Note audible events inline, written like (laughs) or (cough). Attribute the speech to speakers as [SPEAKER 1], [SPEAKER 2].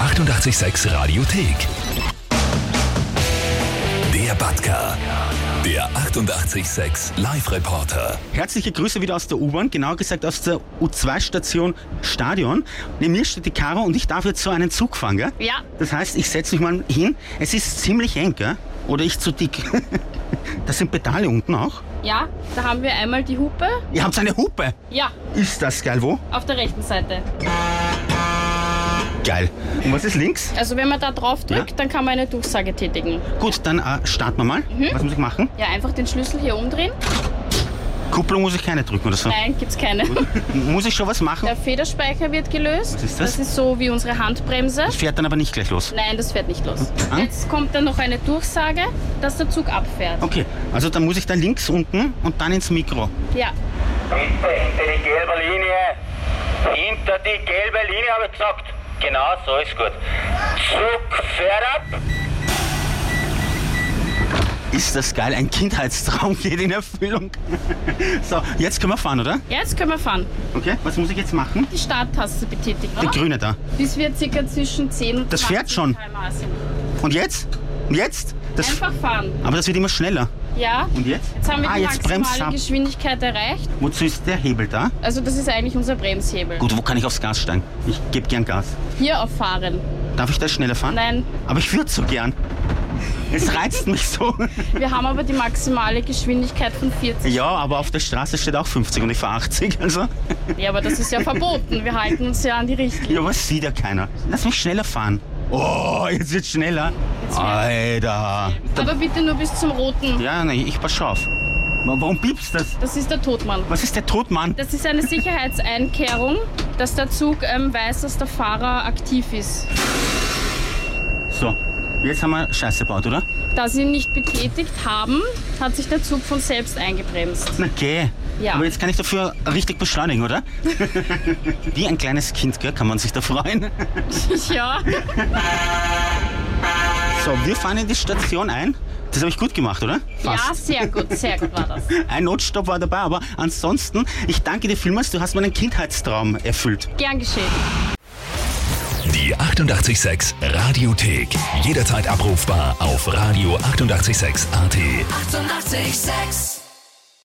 [SPEAKER 1] 886 Radiothek. Der Batka. Der 886 Live-Reporter.
[SPEAKER 2] Herzliche Grüße wieder aus der U-Bahn, genauer gesagt aus der U2-Station Stadion. Neben mir steht die Caro und ich darf jetzt so einen Zug fahren, gell?
[SPEAKER 3] Ja.
[SPEAKER 2] Das heißt, ich setze mich mal hin. Es ist ziemlich eng, gell? Oder ich zu dick. (laughs) das sind Pedale unten auch.
[SPEAKER 3] Ja, da haben wir einmal die Hupe.
[SPEAKER 2] Ihr habt eine Hupe.
[SPEAKER 3] Ja,
[SPEAKER 2] Ist das geil, wo?
[SPEAKER 3] auf der rechten Seite.
[SPEAKER 2] Geil. Und was ist links?
[SPEAKER 3] Also wenn man da drauf drückt,
[SPEAKER 2] Ja.
[SPEAKER 3] dann kann man eine Durchsage tätigen.
[SPEAKER 2] Gut, dann äh, starten wir mal. Was muss ich machen?
[SPEAKER 3] Ja, einfach den Schlüssel hier umdrehen.
[SPEAKER 2] Kupplung muss ich keine drücken oder so.
[SPEAKER 3] Nein, gibt's keine.
[SPEAKER 2] Muss ich schon was machen?
[SPEAKER 3] (laughs) Der Federspeicher wird gelöst.
[SPEAKER 2] Was ist das?
[SPEAKER 3] das ist so wie unsere Handbremse.
[SPEAKER 2] Fährt dann aber nicht gleich los.
[SPEAKER 3] Nein, das fährt nicht los.
[SPEAKER 2] Ah.
[SPEAKER 3] Jetzt kommt dann noch eine Durchsage, dass der Zug abfährt.
[SPEAKER 2] Okay, also dann muss ich da links unten und dann ins Mikro.
[SPEAKER 3] Ja.
[SPEAKER 4] Bitte, hinter die gelbe Linie. Hinter die gelbe Linie habe ich gesagt. Genau, so ist gut. Zug fährt ab.
[SPEAKER 2] Ist das geil, ein Kindheitstraum geht in Erfüllung. (laughs) so, jetzt können wir fahren, oder?
[SPEAKER 3] ja, jetzt können wir fahren.
[SPEAKER 2] Okay, was muss ich jetzt machen?
[SPEAKER 3] Die Starttaste betätigen.
[SPEAKER 2] Die
[SPEAKER 3] oder?
[SPEAKER 2] grüne da.
[SPEAKER 3] Bis wir circa zwischen 10 und
[SPEAKER 2] Das
[SPEAKER 3] 20
[SPEAKER 2] fährt schon.
[SPEAKER 3] km/h sind.
[SPEAKER 2] Und jetzt? Und jetzt? Das,
[SPEAKER 3] Einfach fahren.
[SPEAKER 2] aber das wird immer schneller.
[SPEAKER 3] Ja.
[SPEAKER 2] Und jetzt?
[SPEAKER 3] Jetzt haben wir
[SPEAKER 2] ah,
[SPEAKER 3] die
[SPEAKER 2] jetzt bremst
[SPEAKER 3] maximale
[SPEAKER 2] ab.
[SPEAKER 3] Geschwindigkeit erreicht.
[SPEAKER 2] Wozu ist der Hebel da?
[SPEAKER 3] Also das ist eigentlich unser Bremshebel.
[SPEAKER 2] Gut, wo kann ich aufs Gas steigen? Ich gebe gern Gas.
[SPEAKER 3] Hier auf Fahren.
[SPEAKER 2] Darf ich da schneller fahren?
[SPEAKER 3] Nein,
[SPEAKER 2] Aber ich würde so gern. Es reizt mich so. (laughs)
[SPEAKER 3] wir haben aber die maximale Geschwindigkeit von 40.
[SPEAKER 2] Ja, aber auf der Straße steht auch 50 und ich fahre 80. Also,
[SPEAKER 3] Ja, aber das ist ja verboten. Wir halten uns ja an die Richtlinie.
[SPEAKER 2] ja, was sieht ja keiner. Lass mich schneller fahren. Oh, jetzt wird schneller. Alter.
[SPEAKER 3] Aber bitte nur bis zum Roten.
[SPEAKER 2] Ja, nee, ich pass schon auf. Wa- Warum piepst das?
[SPEAKER 3] Das ist der Todmann.
[SPEAKER 2] Was ist der Todmann?
[SPEAKER 3] Das ist eine Sicherheitseinkehrung, dass der Zug ähm, weiß, dass der Fahrer aktiv ist.
[SPEAKER 2] So, jetzt haben wir Scheiße gebaut, oder?
[SPEAKER 3] Da sie ihn nicht betätigt haben, hat sich der Zug von selbst eingebremst. (laughs)
[SPEAKER 2] Na geh.
[SPEAKER 3] Ja.
[SPEAKER 2] Aber jetzt kann ich dafür richtig beschleunigen, oder?
[SPEAKER 3] (laughs)
[SPEAKER 2] Wie ein kleines Kind, gell? Kann man sich da freuen?
[SPEAKER 3] Ja,
[SPEAKER 2] So, wir fahren in die Station ein. Das habe ich gut gemacht, oder?
[SPEAKER 3] ja sehr gut, sehr gut war das.
[SPEAKER 2] Ein Notstopp war dabei, aber ansonsten, ich danke dir vielmals, du hast meinen Kindheitstraum erfüllt.
[SPEAKER 3] Gern geschehen.
[SPEAKER 1] Die 886 Radiothek. Jederzeit abrufbar auf radio886.at. 886! 886.
[SPEAKER 5] 886